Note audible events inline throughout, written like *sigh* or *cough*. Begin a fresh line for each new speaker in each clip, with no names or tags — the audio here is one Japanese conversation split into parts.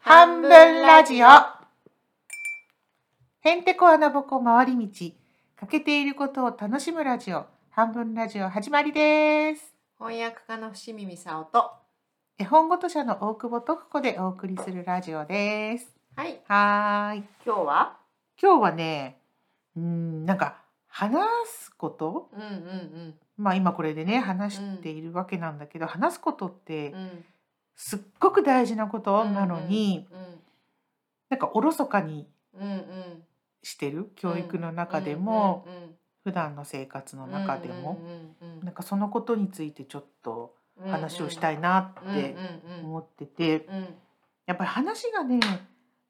半分ラジオ。へんてこ穴ぼこ回り道。欠けていることを楽しむラジオ。半分ラジオ始まりです。
翻訳家の伏見美沙夫と。
絵本ごと社の大久保徳子でお送りするラジオです。
はい、
はーい。
今日は。
今日はね、うーん、なんか話すこと、
うんうん
まあ今これでね話しているわけなんだけど、話すことっ
う
て
ん。うん
すっごく大事なことなのに、
うん
なんかおろそかに
うんうん。
してる教育の中でも。
うんうん
普段の生活の
うん、
中でも、
うんうんうん
なんかそのことについてちょっと
うん、
話をした
い
いなって
うん
思ってて
うんうん
やっぱり話がね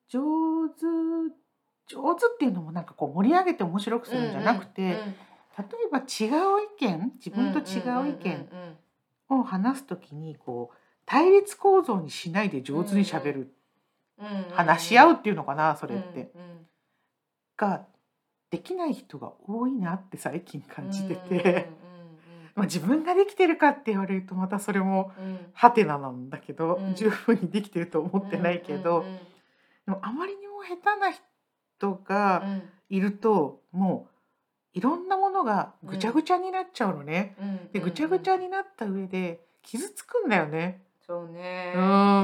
上手上手っていうのもなんかこう盛り上げて面白くするんじゃなくて、
うんうん
例えば違う意見自分と違う意見
うんうん
を話すときにこう対立構造にしないで上手にしゃべる、
うんうん
話し合
う
うんっていうのかなそ
こ
れって、
うん
ができない人が多いなって最近感じてて、
う
まあ、自分ができてるかって言われるとまたそれも
んうんうんうん
ハテナなんだけど、
うん
十分にできてると思ってないけど、
うんうん
でもあまりにも下手な人
う
が
ん
いると、もういろんなものがぐちゃぐちゃになっちゃうのね。
うん
でぐちゃぐちゃになった上で傷つくんだよね。
そうね
う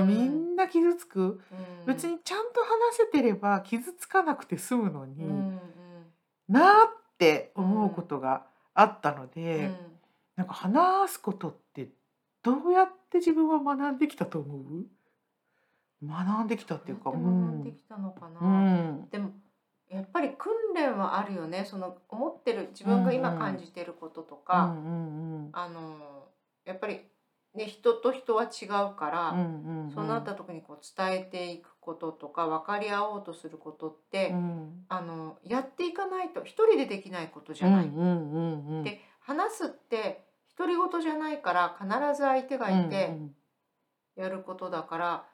ん、みんな傷つく。
うん
別にちゃんと話せてれば傷つかなくて済むのに、
うんうん
なーって思うことがあったので。
うん
なんか話すことってどうやって自分は学んできたと思う学んできたっていうか、う
どうやって学んで
ん
きたのかな、
うん
でもやっぱり訓練はあるよねその思ってる自分が
うん
今
うん
感じてることと
う
か、
んうん
あのやっぱり、ね、人と人は違うから、
うん
そうなった時にこう伝えていくこととか分かり合おうとすることって、
うん
あのやっていかないと一人でできないことじゃ
うん
ない。
うんうんうん
で話すって独り言じゃないから必ず相手がいてやることだから、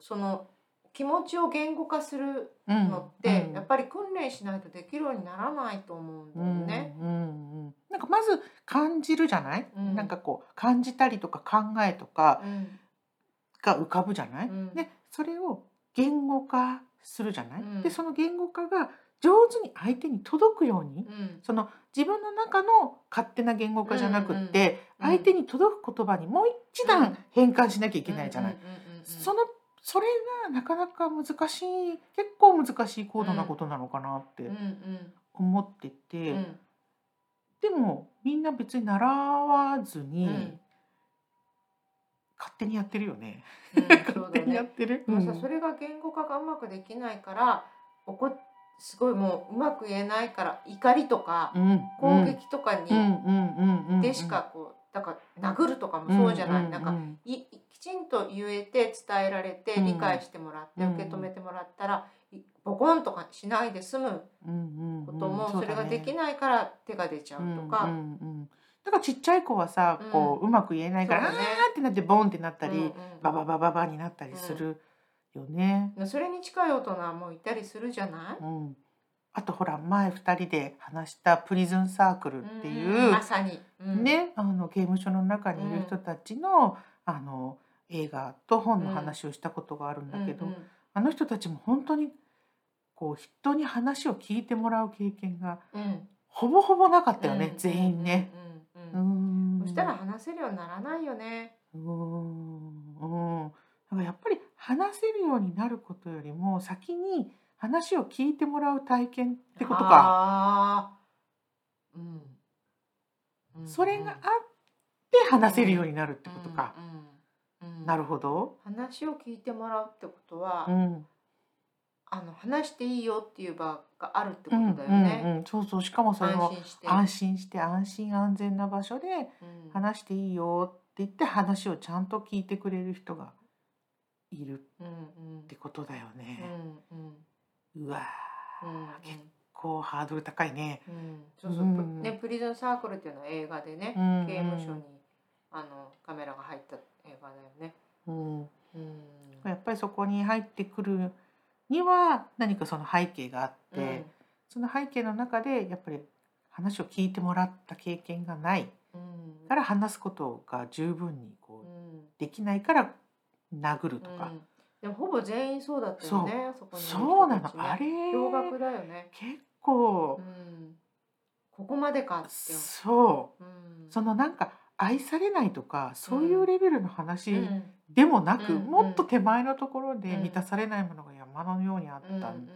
その気持ちを言語化するのって、やっぱり訓練しないとできるようにならないと思うんだよね。
うんうんうんなんかまず感じるじゃない、
うん
なんかこう感じたりとか考えとか
うん
が浮かぶじゃない、
うん
でそれを言語化するじゃない、
うん
でその言語化が上手に相手に届くように、
うん
その自分の中の勝手な言語化じゃなくって、
うんうん
相手に届く言葉にもう一
う
段
ん
変換しなきゃいけないじゃない。
うんうんうんうん
そのそれがなかなか難しい結構難しい高度なことなのかなって
うんうん
思ってて、
うん
でもみんな別に習わずに
うん
勝手にやってるよね。
そう
勝手
だ
にやっ
ね。
てる。
でもさ
うん
それが言語化がうまくできないから怒っすごいもううまく言えないから怒りとか
うん
攻撃とか
うん
に
うんうんうんうん
でしかこうだから殴るとかもそうじゃない。なんか
ん
いきちんと言えて伝えられて
うん
理解してもらって
うん
受け止めてもらったらいボコンとかしないで済む
うんうん
ことも
う
そ
ん
れができ
い
ないから手が出ちゃうと
う
か。
んうんうん、だからちっちゃい子はさ
うん
こううまく言えないから、
そう
あ
だね
ーってなってボンってなったり、
うんうん
バババババになったりするよね。
それに近い大人もいたりするじゃない
うんあとほら前2人で話したプリズンサークルっていう、
んんまさに、うん、
ねあの刑務所の中にいる人たちの,、あの映画と本の話をしたことがあるんだけど、
うん
あの人たちも本当にこう人に話を聞いてもらう経験が
うんうん
ほぼほぼなかったよね、全員ね。、
うんうん
う
うん
ん
そしたら話せるようにならないよね、
うーんうん、だからやっぱり話せるようになることよりも先に話を聞いてもらう体験ってこと
あ
か、
ーうんうん
それがあって話せるようになるってことか、、
うんうんうん
なるほど、
話を聞いてもらうってことは、
うん
あの話していいよっていう場があるってこ
う
と
ん
だよ
う
ね、
んうん、そうそうしかもそれ
安
を
心して
安心して安心安全な場所で
うん
話していいよって言って話をちゃんと聞いてくれる人がいる
うんうん
ってことだよ
う
ね、
んうん
うわー
うん
結こうハードル高いね、
うんそうそう、
うん
ねプリズンサークルっていうのは映画でね、
うんうん
刑務所にあのカメラが入った映画だよね。
うん、
うん、
やっぱりそこに入ってくるには何かその背景があって、その背景の中でやっぱり話を聞いてもらった経験がない
うん、うん、
から話すことが十分にこ
う
うんできないから殴るとか、
うんでもほぼ全員そうだったよねそこにいる人たちね
そうなのあれ
驚愕だよね、
結
うん、
構
ここまでかって、
そう
うん、
そのなんか愛されないとかそういうレベルの話
うん
でもなく、
うん
もっと手前のところで
うん
満たされないものが山のようにあった、
うんうんうん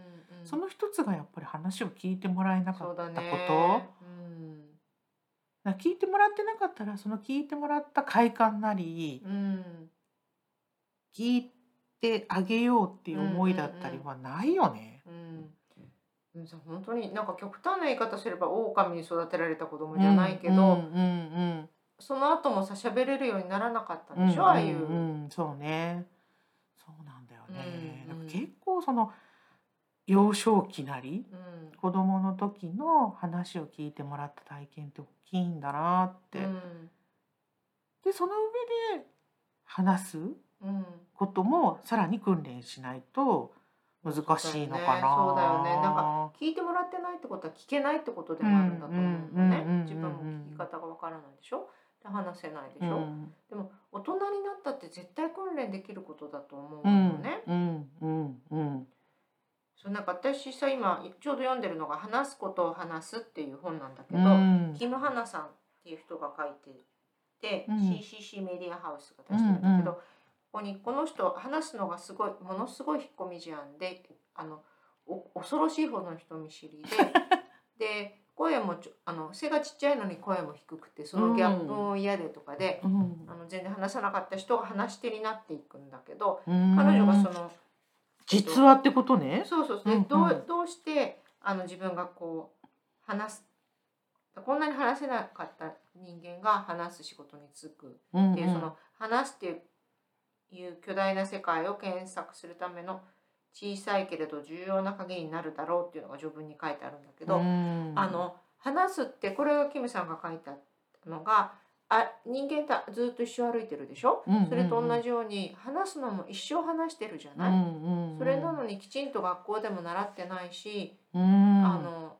その一つがやっぱり話を聞いてもらえなか
そう
っ
だ
たこと
ね、
だから聞いてもらってなかったらその聞いてもらった快感なり
うんうん、
聞いてあげようっていう思いだったりはないよね。
うんうん、本当になんか極端な言い方すれば狼に育てられた子供じゃないけど、
うんうんうん
その後もさ喋れるようにならなかった
うん
んでしょ、ああいう、
んんそうねそうなんだよね、
うんうん
だから結構その幼少期なり
うん
子供の時の話を聞いてもらった体験って大きいんだなって、
うん
でその上で話す
うん、
こともさらに訓練しないと難しいのかな。
そうだよねそうだよねなんか聞いてもらってないってことは聞けないってことでもあるんだと思うの
うんうんうんうんうん
ね自分も聞き方がわからないでしょで話せないでしょ、
うん
でも大人になったって絶対訓練できることだと思う
う
の
ん
ね、
うんうんうん
そうなんか私さ今ちょうど読んでるのが「話すことを話す」っていう本なんだけ
う
ど、
ん
キム・ハナさんっていう人が書いてて、
うん
CCC メディアハウスが出してるんだけど、ここにこの人話すのがすごいものすごい引っ込み思案であのお恐ろしいほどの人見知り
*laughs*
でで声もちょあの背がちっちゃいのに声も低くてそのギャップも嫌でとかで、
うん
あの全然話さなかった人が話し手になっていくんだけど、
うん
彼女がその
実はってことね。
そうそうそう
うんう
で
ん
どうどうしてあの自分がこう話すこんなに話せなかった人間が話す仕事に就く
うん
っていう、その話すっていう巨大な世界を検索するための小さいけれど重要な鍵になるだろうっていうのが序文に書いてあるんだけど、
うん
あの話すってこれがキムさんが書いたのがあ人間ってずっと一生歩いてるでしょ、
うんうんうん
それと同じように話すのも一生話してるじゃない、
うんうんうん
それなのにきちんと学校でも習ってないし、
うん
あの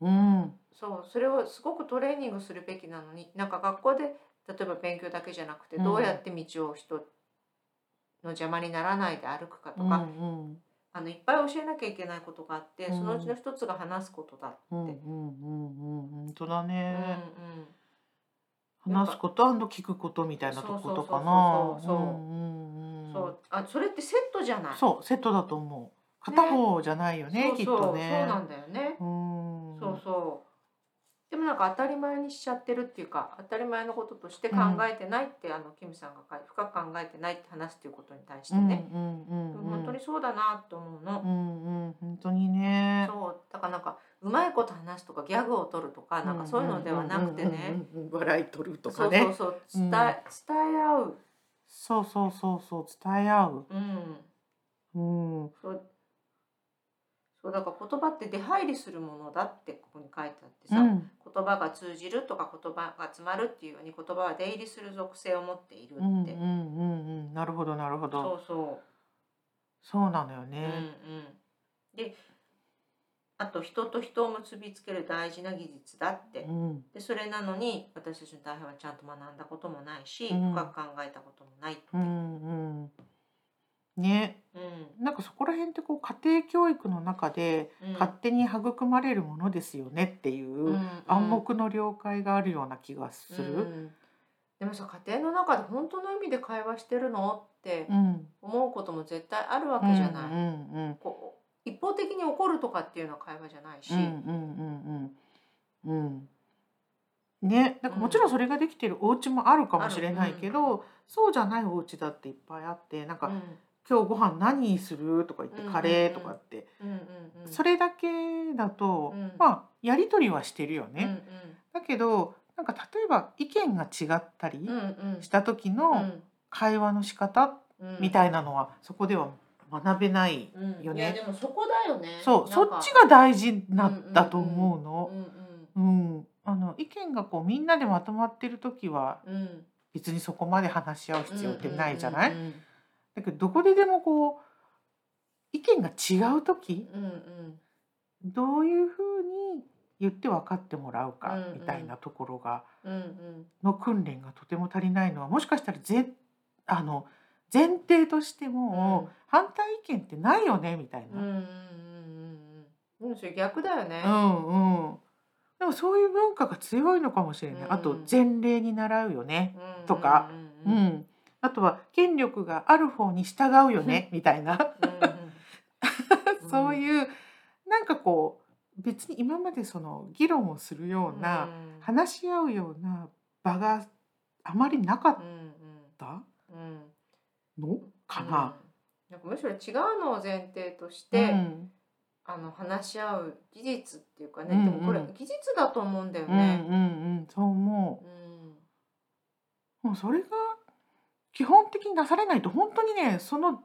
うん
そうそれをすごくトレーニングするべきなのになんか学校で例えば勉強だけじゃなくて
うん
どうやって道を人の邪魔にならないで歩くかとか、
うん
あのいっぱい教えなきゃいけないことがあってそのうちの一つが話すことだって。
うんうんうんうんうん本当だ
うん
ね。
うん
話すこと聞くことみたいなとことか
そ
な。
うそうそうそうそうん
んん
そうあそれってセットじゃない
そうセットだと思う。片方じゃないよね
そう
きっ
そう
と
そう
ね。
なんだよね、
うん
そうそうでもなんか当たり前にしちゃってるっていうか当たり前のこととして考えてないって、あのキムさんが書い深く考えてないって話すっていうことに対してね、
うんうんうんうん、
本当にそうだなと思うの、
うんうん本当にね。
そうだからなんかうまいこと話すとかギャグを取るとかなんかそういうのではなくてね、
うんうんうんうん。笑い取ると
そ
か
うそ
ね
う。そう
う
伝え,、
ん
伝え合う、
そうそうそうそう伝え合
うん、
う。うん。
そうそうだから言葉って出入りするものだってここに書いてあってさ、
うん
言葉が通じるとか言葉が詰まるっていうように言葉は出入りする属性を持っている
うんうん
って、
うんうんなるほどなるほど。
そうそ
そうなのよ
う、うんう
ね。
ん、であと人と人を結びつける大事な技術だって、
うん
でそれなのに私たちの大変はちゃんと学んだこともないし、
うん
深く考えたこともないって、
うんうん。ね。
うん
なんかそこら辺ってこう家庭教育の中で
うん
勝手に育まれるものですよねっていう暗黙の了解があるような気がす
うんう
る。
んでもさ家庭の中で本当の意味で会話してるのって
うん。
思うことも絶対あるわけじゃない、
うんうん
こう一方的に怒るとかっていうのは会話じゃないし、
うんうんうんうんうん。ね、なんかもちろんそれができてるお家もあるかもしれないけ
あるう
ど、そうじゃないお家だっていっぱいあってなんか、
うん
今日ご飯何する?」とか言って「
うん
カレー」とかって、
うんうんうん、
それだけだと、
うん
まあやり取りはしてるよね。
ね、
だけどなんか例えば意見が違ったり
うんうん、
した時の会話の仕方み
い
たいなのはそこでは学べない。よ
よ
ね
ね。いやでもそこだよね。
そう
な
そ
んか
っちが大事なんだと思う
う
の。
ん
うん、あの意見がこうみんなでまとまってる時は
うんうん。
別にそこまで話し合う必要ってないじゃない、
うんうん
だけどどこででもこう意見が違う時、
うんうん
どういうふうに言って分かってもらうか
うんうん
みたいなところが、
うんうん
の訓練がとても足りないのはもしかしたらぜあの前提としてもう反対意見ってないよねみたい
うんう
な、
んうんうんうんそれ逆だよね
う。んうんでもそういう文化が強いのかもしれない、
うん
あと前例に習うよね、
うん
とか。
う
うんん
うんうん
あとは権力がある方に従うよね、みたいな
うん
そういうなんかこう別に今までその議論をするような、
うん
話し合うような場があまりなかっ
うん
た
うんうん
のかな。
うん、なんかむしろ違うのを前提として、
うん
あの話し合う技術っていうかね、
うんうん
でもこれ技術だと思うんだよ
うんうん
ね。
うんそう思
うん
う。もうそれが基本的になされないと本当にねその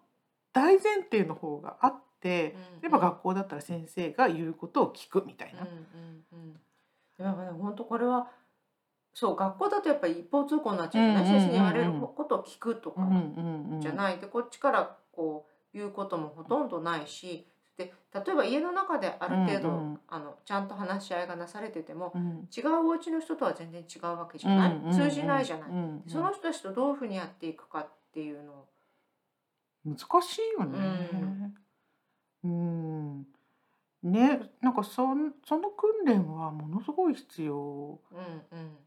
大前提の方があって
うん
例えば学校だったら先生が言うことを聞くみたいな。
うんうんうんでもね本当これはそう学校だとやっぱり一方通行になっちゃうじゃない、
うんうんう
先
んうん
生に言われることを聞くとか
うんうん
じゃ
い。
ない、でこっちからこう言うこともほとんどないしで例えば家の中である程度、
うんうん
あのちゃんと話し合いがなされてても
うん
違うお家の人とは全然違うわけじゃない、
うんうんうん
通じないじゃない、
うんうん
その人たちとどういうふうにやっていくかっていうのを
難しいよね。うん。ね、なんかそんその訓練はものすごい必要
うんうん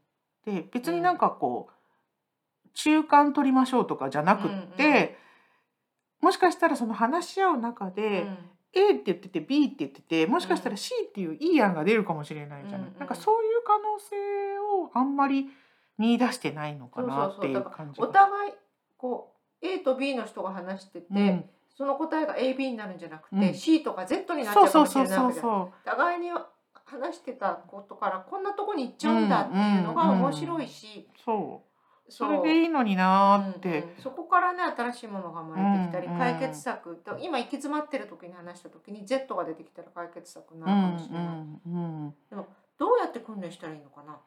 で別になんかこう、中間取りましょうとかじゃなくって、
うんう
もしかしたらその話し合う中で、A って言ってて B って言っててもしかしたら C っていういい案が出るかもしれないじゃない、
うんうん
なんかそういう可能性をあんまり見出してないのかなっていう感じ
お
が
互いこう A と B の人が話してて、
うん
その答えが AB になるんじゃなくて、
うん
C とか Z になっちゃ
そう
うか
そ
もしれ
うそう
ないわ
そう
けだよ
そう。
互いに話してたことからこんなとこに行っちゃうんだっていうのが面白いし、
そう
そ
そうれでいいのになーっ
うんうん
て、
そこからね新しいものが生まれてきたり、
うんうん
解決策と今行き詰まってる時に話した時に Z が出てきたら解決策にな
う
るか
ん
もしれない、
うんうん
どうやって訓練したらいいのかな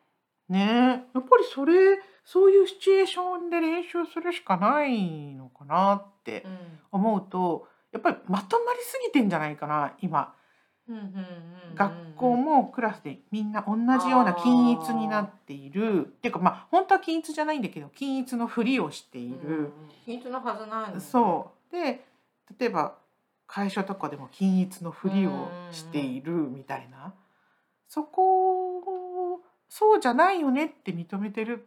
ねえやっぱりそれそういうシチュエーションで練習するしかないのかなって思うとやっぱりまとまりすぎてんじゃないかな今
うんうんうんうんうん
学校もクラスでみんな同じような均一になっているっていうかまあ本当は均一じゃないんだけど均一のふりをしてい
うんうん
る。
均一のはずないのに
そうで例えば会社とかでも均一のふりをしているみたいなそこをそうじゃないよねって認めてる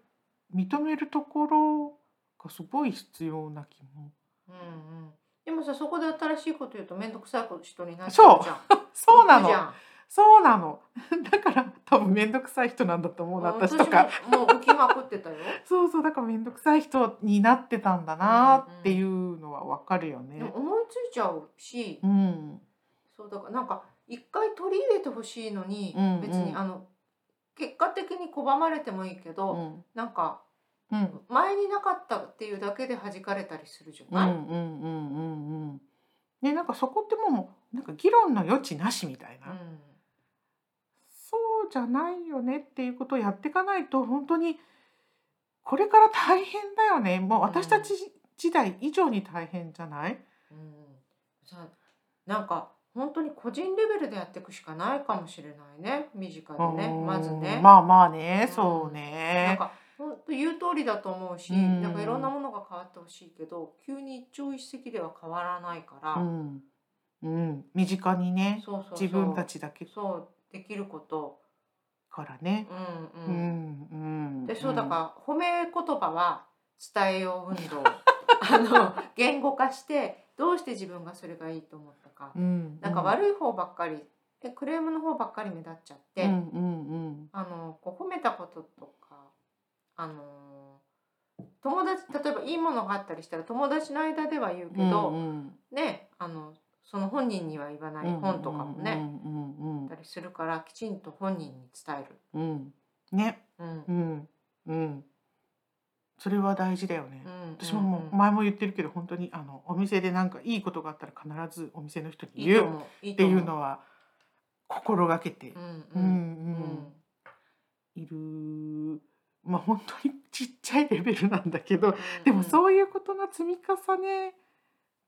認めるところがすごい必要な気も
うんうんでもさそこで新しいこと言うと面倒くさいこと人になっち
そ
ゃ
う
うじゃん。
そうなの
じゃん
そうなの *laughs* だから多分面倒くさい人なんだと思うな私とか
私ももう浮きまくってたよ。
*laughs* そうそうだから面倒くさい人になってたんだなっていうのはわかるよ
でも
ね。
思いついちゃうし、
うん
そうだからなんか一回取り入れてほしいのに、
うんうん
別にあの結果的に拒まれてもいいけ
う
ど、
ん
なんか
うん
前になかったっていうだけで弾かれたりするじゃ
う
ない。
んうんうんうんうん。ねなんかそこってもうなんか議論の余地なしみたいな、
うん
そうじゃないよねっていうことをやっていかないと本当にこれから大変だよねもう私たち時代以上に大変じゃない、
うんさなんか本当に個人レベルでやっていくしかないかもしれないね身近でね
うん
まずね。
まあまあね
うん
そう
なん
ね、
か本当言う通りだと思うし、
うん
なんかいろんなものが変わってほしいけど急に一朝一夕では変わらないから、
うんうん、身近にね
そうそうそう
自分たちだけ
そうできること、
からね、
うん
う
うん
んうん
でそうだから褒め言葉は伝えよう運
*laughs*
動あの言語化してどうして自分がそれがいいと思ったか、
ら、うん、
なんか悪い方ばっかりでクレームの方ばっかり目立っちゃって、
うんうんうん
あのこう褒めたこととかあの友達例えばいいものがあったりしたら友達の間では言うけど、
うんうん
ねあのその本人には言わない
うん
本とかもね、
うんうんうん
あったりするからきちんと本人に伝える。
うん、ね、
うん
うん、うん。それは大事だよね。
うん
私ももう
うん
前も言ってるけど、本当にあのお店でなんかいいことがあったら必ずお店の人に
いい
言
と
うっ
思いと
てい
思
うのは心がけて
う、ん
う
うんん
う
うん
ん、いる。まあ本当にちっちゃいレベルなんだけど、でも
う
そういうことの積み重ね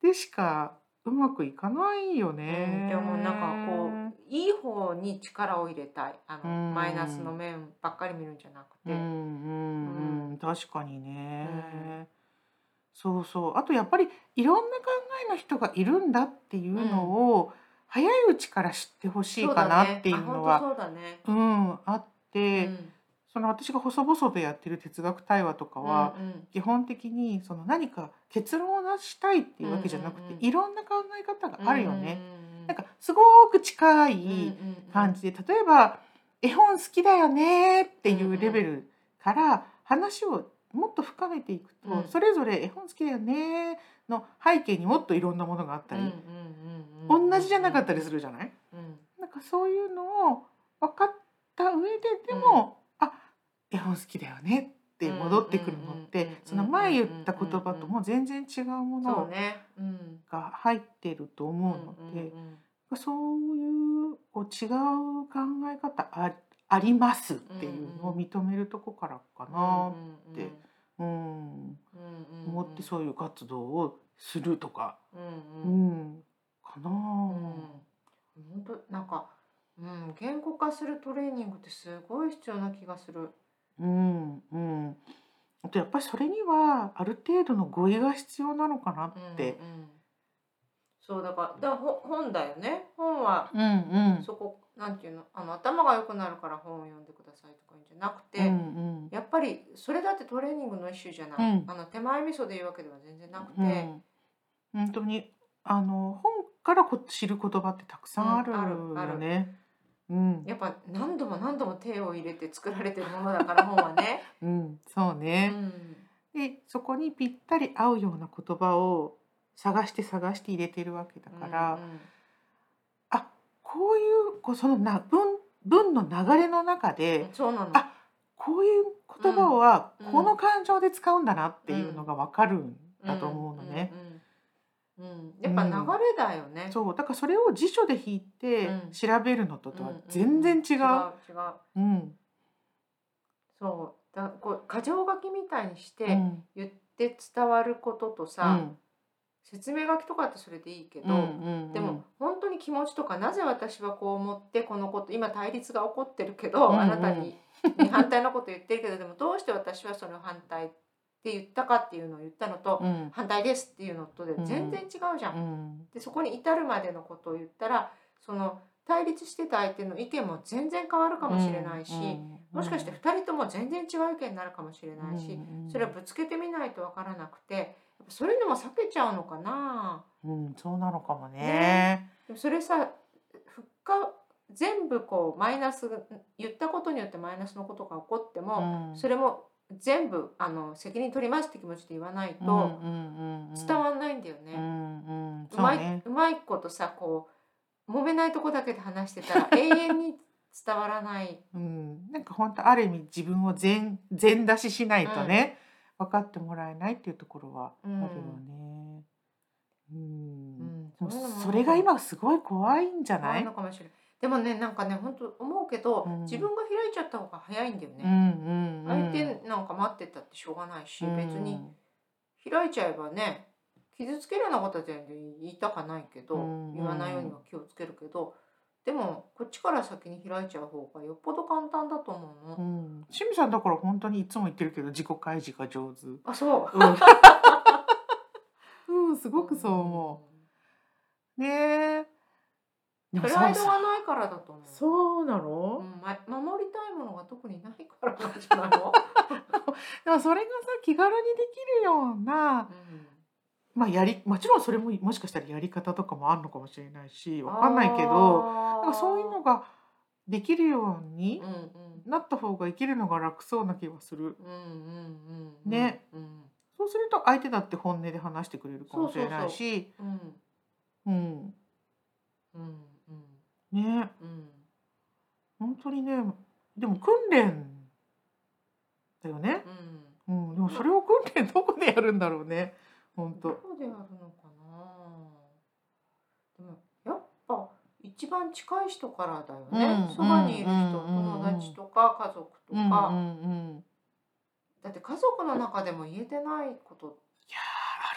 でしかうまくいかないよ
ん
ね。
でもなんかこういい方に力を入れたいあの、
うん
マイナスの面ばっかり見るんじゃなくて、
うんうんうん、確かに
う
ね、そうそうあとやっぱりいろんな考えの人がいるんだっていうのを、早いうちから知ってほしいかなっていうのは
そうだね
う、ん、あって、
あ
その私が細々とやってる哲学対話とか
本当そうだね
は、
うんうん
基本的にその何か結論を出したいっていうわけじゃなくて、
うんうんうん
いろんな考え方があるよね。
うんうん
なんかすごく近い感じで例えば絵本好きだよねっていうレベルから話をもっと深めていくと、
うん
それぞれ絵本好きだよねの背景にもっといろんなものがあった
うんうん
り、
うんうんうん
同じじゃなかったりするじゃない、
うん
なんかそういうのを分かった上ででも、あ絵本好きだよねって戻ってくるのっ
うん
て、
うんうんうん
その前言った言葉とも全然違うも
そう
の
ねうん
が入ってると思うので、
うんうんうん
そういうこう違う考え方あありますっていうのを認めるとこからかな、てうん思ってそういう活動をするとか、
うんうんう
う
んうん
んかな、
本当なんか、うん、言語化するトレーニングってすごい必要な気がする。
うんうん、あとやっぱりそれにはある程度の語彙が必要なのかなって。
うんうんそうだからだからほ本だよね本は
うんうん
そこなんていうのあの頭が良くなるから本を読んでくださいとかいうんじゃなくて、
うんうん
やっぱりそれだってトレーニングの一種じゃない、
うん
あの手前味噌で言うわけでは全然なくて、
うん本当にあの本からこ知る言葉ってたくさんある
うんある
よね。うん
やっぱ何度も何度も手を入れて作られてるものだから本はね。
うん、そう
う
*laughs* ね、
ん
でそこにぴったり合うような言葉を探して探して入れてるわけだから、あこういうこうそのな文文の流れの中
う
で
ん、そうなの。
あこういう言葉は
うん
この感情で使うんだなっていうのがわかるんだと思うのね。
うん。うんうんやっぱ流れだよね。
そうだからそれを辞書で引いて
うん
調べるのととは
うん
全然違
違う。違
う。
う
うん
そうだこう箇条書きみたいにし
う
て
ん
言って伝わることと
う
さ、
ん
説明書きとかってそれでいいけど、
うんうん
でも本当に気持ちとかなぜ私はこう思ってこのこと今対立が起こってるけど、
うんうん
あなたにに反対のこと言ってるけどでもどうして私はその反対って言ったかっていうのを言ったのと、
うん
反対ですっていうのとで全然違うじゃん。
うん
でそこに至るまでのことを言ったらその対立してた相手の意見も全然変わるかもしれないし、
うん
もしかして2人とも全然違う意見になるかもしれないし、
うん
それはぶつけてみないとわからなくてやっぱそういうのも避けちゃうのかな。
うんそうなのかもね
ね。でもそれさ復活全部こうマイナス言ったことによってマイナスのことが起こっても、
うん
それも全部あの責任取りますって気持ちで言わない
うん
と
うんうん
伝わんないんだよね。
う
うん
うんそう
まい
ね。
うまいことさこう揉めないとこだけで話して
*laughs*
たら永遠に伝わらない。
うんなんか本当ある意味自分を全全出ししないとね分かってもらえないっていうところはあるよね。
う
うん
ん
もう
そういうのも
それが今すごい怖いんじゃな
あ
い
るのかもしれない。でもねなんかね本当思うけど、
うん
自分が開いちゃった方が早いんだよ
う
ね。
んうんうん、
相手なんか待ってたってしょうがないし、別に開いちゃえばね傷つけるようなことは全然言いたかないけど、
うん
言わないようには気をつけるけどでもこっちから先に開いちゃう方がよっぽど簡単だと思うの。
うん、清水さんだから本当にいつも言ってるけど自己開示が上手。
あそう
うん、すごくそう思う。ねえ。で
プ
もそう
ライドがないからだと思う。
そうな
う
の、
んま、守りたいものが特にないからなんじゃないの、
*laughs* でもそれがさ気軽にできるようなまあやりもちろんそれももしかしたらやり方とかもあるのかもしれないしわかんないけど
な
なんかそういうのができるように
うん
なった方が生きるのが楽そうな気がする
うんうんうんうん
ね、
うん
そうすると相手だって本音で話してくれるかもしれないし
うんう
うん
んうん
ね
うん
本当にねでも訓練だよね、
うん
うん、でもそれを訓練どこでやるんだろうね本
ど
当
こでやるのかなでもやっぱ一番近い人からだよね、
うん
そばにいる人、
うんうん
友達とか家族と
うんうん
か、
うんい
だって家族の中でも言えてないこ
や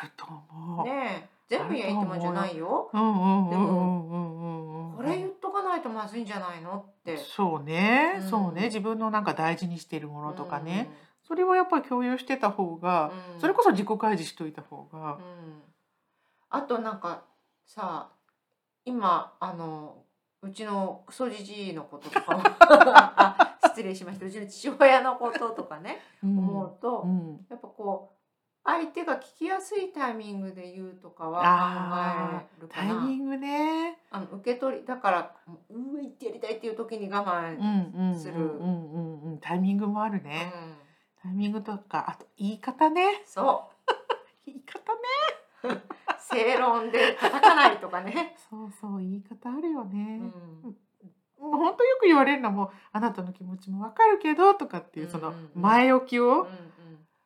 ーあると思
と
う、
ね全部言えってもんじゃないよ
うんうんう
で
んう
も
んうんうん
これ言っとかないとまずいんじゃないのって
そうね、
うん
そうね自分のなんか大事にしているものとかね、それはやっぱり共有してた方が、
うん
それこそ自己開示しといた方が
う、んあとなんかさ今あのうちのクソじじいのこととかもあ *laughs* 失礼しましたうちの父親のこととかね
うん
思うと、
うん
やっぱこう相手が聞きやすいタイミングで言うとかは
あ
考えるか
タイ
な
ミングね、
あの受け取りだから「もううーい」ってやりたいっていう時に我慢、
うんうん
する
うんうんうんうんタイミングもある
う
ね、
ん
タイミングとかあと言い方ね
そう
言い方ね
正論で叩かないとかね。
そうそう言い方あるよ
う
ね、
ん
もう本当よく言われるのはもうあなたの気持ちもわかるけどとかっていうそ
うん
の
うんうん
前置き
うんう
を
ん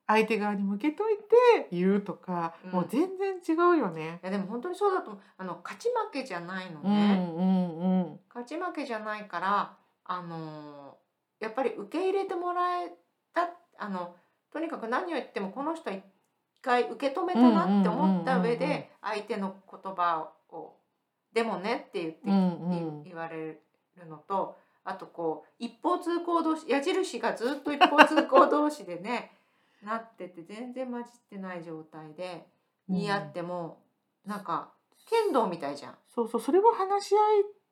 相手側に向けといて言うとか、
うん
もう全然違うよね。
いやでも本当にそうだと思うあの勝ち負けじゃないの
うん
ね、
うんうん
勝ち負けじゃないからあのーやっぱり受け入れてもらえたあのとにかく何を言ってもこの人は一回受け止めたなって思った上
うんうんうんうんうん
で相手の言葉を「でもね」って言って、
うんう
言
ん
言われるのとあとこう一方通行同士矢印がずっと一方通行同士でね *laughs* なってて全然混じってない状態で言い合っても、なんか剣道みたいじゃん。
そうそうそれは話し合い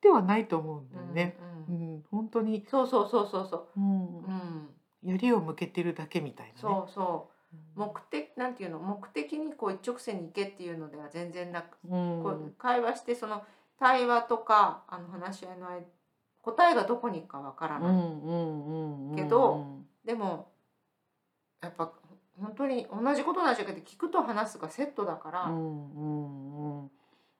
ではないと思うんだよね。
うんうん
うん、本当に、
そうそうそうそうそうう。
ん
うん。
槍を向けてるだけみたいなね。
そうそう。
うん
目的なんていうの目的にこう一直線に行けっていうのでは全然なく、
うん
こう会話してその対話とかあの話し合いの間答えがどこに行くかわから
う
ない。
んうんうんうん
けどでもやっぱ本当に同じことなんじゃけど聞くと話すがセットだから。
うんうんうん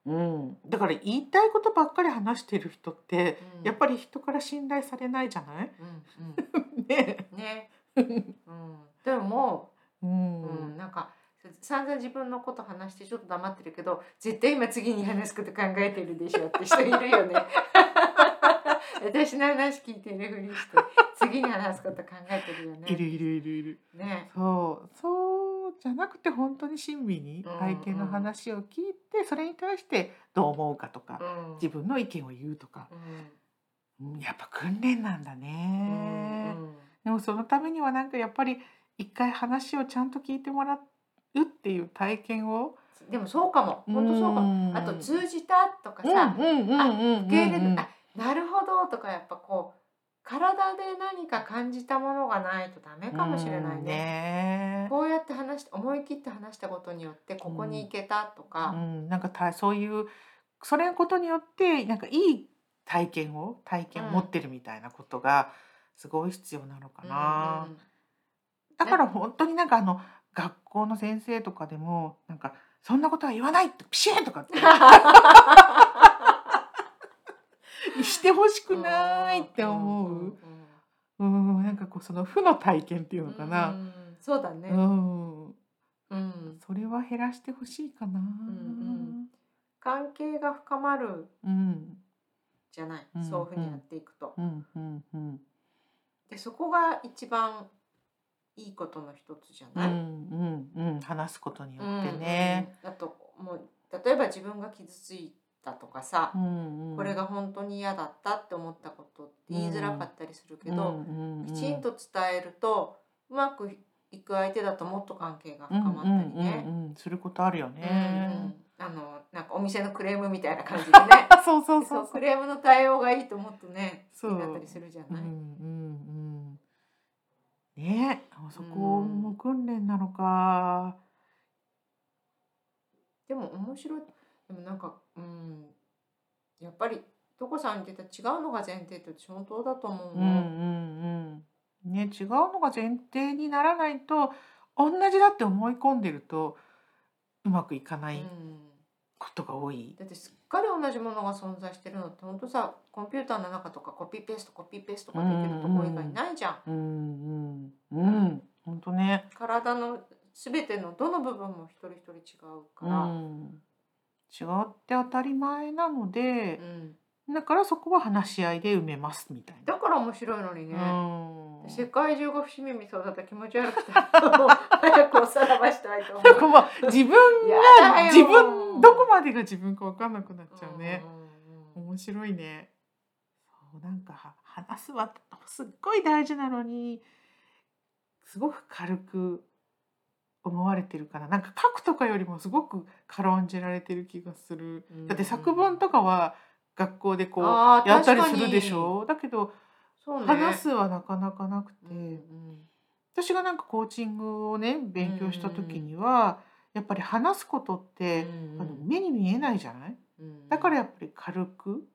うん、だから言いたいことばっかり話してる人って、
うん
やっぱり人から信頼されないじゃない *laughs*
うん
ね、
うん、ね。うん。でももう
うん
うん、なんか散々自分のこと話してちょっと黙ってるけど絶対今次に話すこと考えてるでしょって人いるよね。
*laughs*
私の話聞いてるふりして次に話すこと考えてるよね。
いるいるいるいる
ね。
そうそうじゃなくて本当に親身に
うん
相手の話を聞いて、それに対してどう思うかとか、
うん。
自分の意見を言うとか、
うん
うんやっぱ訓練なんだ
う
ね、
ん
でもそのためにはなんかやっぱり一回話をちゃんと聞いてもらうっていう体験を
うんでもそうかも本当そうかも。あと
ず
通じたとかさ、受け入れる、あなるほどとかやっぱこう体で何か感じたものがないとダメかもしれないね。
ね
こうやって話して思い切って話したことによってここに行けたと
う
か、
ん、なんかたそういうそれのことによってなんかいい体験を体験を持ってるみたいなことがすごい必要なのかな。
うんうん
だから本当になんかあの学校の先生とかでもなんかそんなことは言わないってピシーとか
*laughs*
ってしてほしくないって思
んん
う。うん、なんかこうその負の体験っていう
うん
の
うん
かな。
そうだね、
う
うん
ん、それは減らしてほしいかな。
ん関係が深まる
うん、
じゃない、
うんうん
そういうふうにやっていくと、
うん、うん、うん。
でそこが一番いいことの一つじゃ
う
ない、
んうんうん話すことによ
うん
ってね。
うんあともう例えば自分が傷ついたとかさ、
うんうん
これが本当に嫌だったって思ったことって言いづらかったりするけど、
うんうん
きちんと伝えるとうまくいく相手だともっと関係が深まったり
う
ね。
んうんうんうんすることあるよ
う
ね
ん。あのなんかお店のクレームみたいな感じでね
あ *laughs* そうそう
そ
そううそ
ク
う。
レームの対応がいいともっとね
そ
好
う
きになったりするじゃ
うん
ない、
うんうん。ねあそこも訓練なのか。
でも面白いでもなんかうんやっぱりとこさん言ってた違うのが前提って私本当だと思う
う
の、
んうんうん。ね違うのが前提にならないと同じだって思い込んでるとうまくいかな
う
い
ん
ことが多い。
だってすっかり同じものが存在してるのって本当さコンピューターの中とかコピーペーストコピーペーストができるとこ以外ないじゃん
うんうんうん。本当ね。
体の全てのどの部分も一人一人違うか
う
ら、
ん、違うって当たり前なので
う、ん
だからそこは話し合いで埋めますみたい
だから面白いのにね、
な。うん。
世界中が伏見みそうだったら気持ち悪くて
*laughs*
早くおさらばしたいと思
なん
う
か。もう自分
やだ
が
よ
自分どこまでが自分か分かんなくなっちゃうね。
うんうんうん
面白いね。そうなんかは話すはすっごい大事なのにすごく軽く思われてるからなんか書くとかよりもすごく軽んじられてる気がする。だって作文とかは学校でこう
あー
やったり
確
す
かに
るでしょうだけど
そうね
話すはなかなかなくて、
うんうん
私がなんかコーチングをね勉強した時には、やっぱり話すことって、
うんうん
あの目に見えないじゃない
うん
だからやっぱり軽く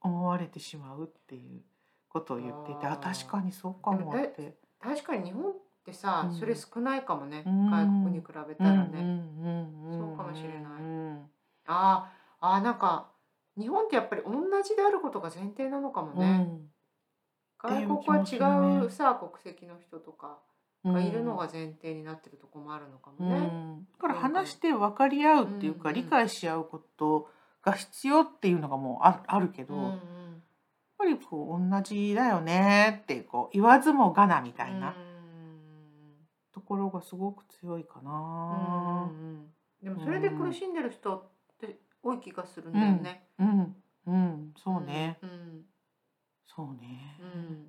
思われてしまうっていうことを言っていてあ
あー
確かにそうかもって。
確かに日本ってさ、
うん
それ少ないかもね、
うん
外国に比べたらね、
そ
そうかもしれない
うん
あーあーなんか日本ってやっぱり同じであることが前提なのかも
う
ね、
ん
外国
っていう気もす
は
る
違
ね
うさ国籍の人とか
うん
がいるのが前提になってるとこもあるのか
う
もね、
んだから話して分かり合うっていうか
うん
理解し合うことが必要っていうのがもうあるあるけど
うんうん
やっぱりこう同じだよねってこう言わずもがなみたいなところがすごく強いか
うん
な。
でもそれで苦しんでる人って多い気がするんだよね、
うんうんそうね
うんうん
そうね
うん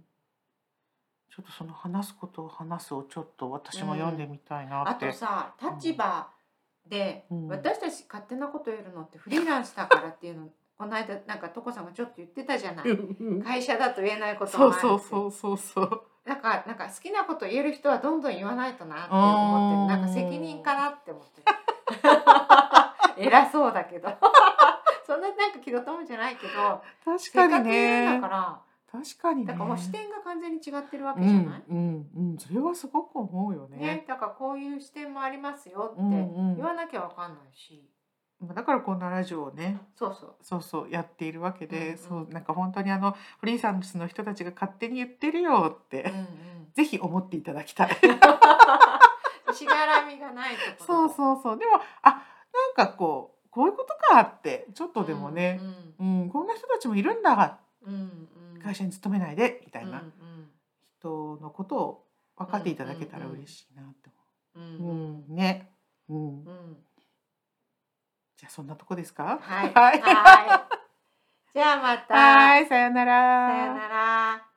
ちょっとその話すことを話すをちょっと私も読んでみたいな
あ
って
と。さ立場で、
うん
私たち勝手なこと言えるのってフリーランスだからっていうのこの間なんかとこさんがちょっと言ってたじゃない
うんうん
会社だと言えないことも
そ
あ
う
る
そうそうそうそう。
なんかなんか好きなこと言える人はどんどん言わないとなって思って
うーん
るなんか責任かなって思
*laughs*
ってる偉そうだけど *laughs* そんななんか気の友じゃないけど
確
せっ
か
かく
に
言うんだ。
ね
から
確かにね。
だからもう視点が完全に違ってるわけ
う
じゃ
ん
ない、
うんうんそれはすごく思うよね。
ね、だからこういう視点もありますよって
うんうん
言わなきゃわかんないし、
まあだからこんなラジオをね
そう
*laughs*
そう
そうそうやっているわけで、
うんうん
そうなんか本当にあのフリーサンスの人たちが勝手に言ってるよって、
うんうん
ぜひ思っていただきたい。
しがらみがないとこ
そ
ろ。
うそうそうでもあなんかこうこういうことかってちょっとでもね、うんこんな人たちもいるんだ
うん。うんうん。
会社に勤めないでみたい
うん
な人のことを分かっていただけたら嬉しいなって
うん。う
思う。
ん
うん、ね、うん、
うん。うん。
じゃあそんなとこですか
はい。
はい
はい。じゃあまた。
は
さ
ーい、さよなら。
よなら。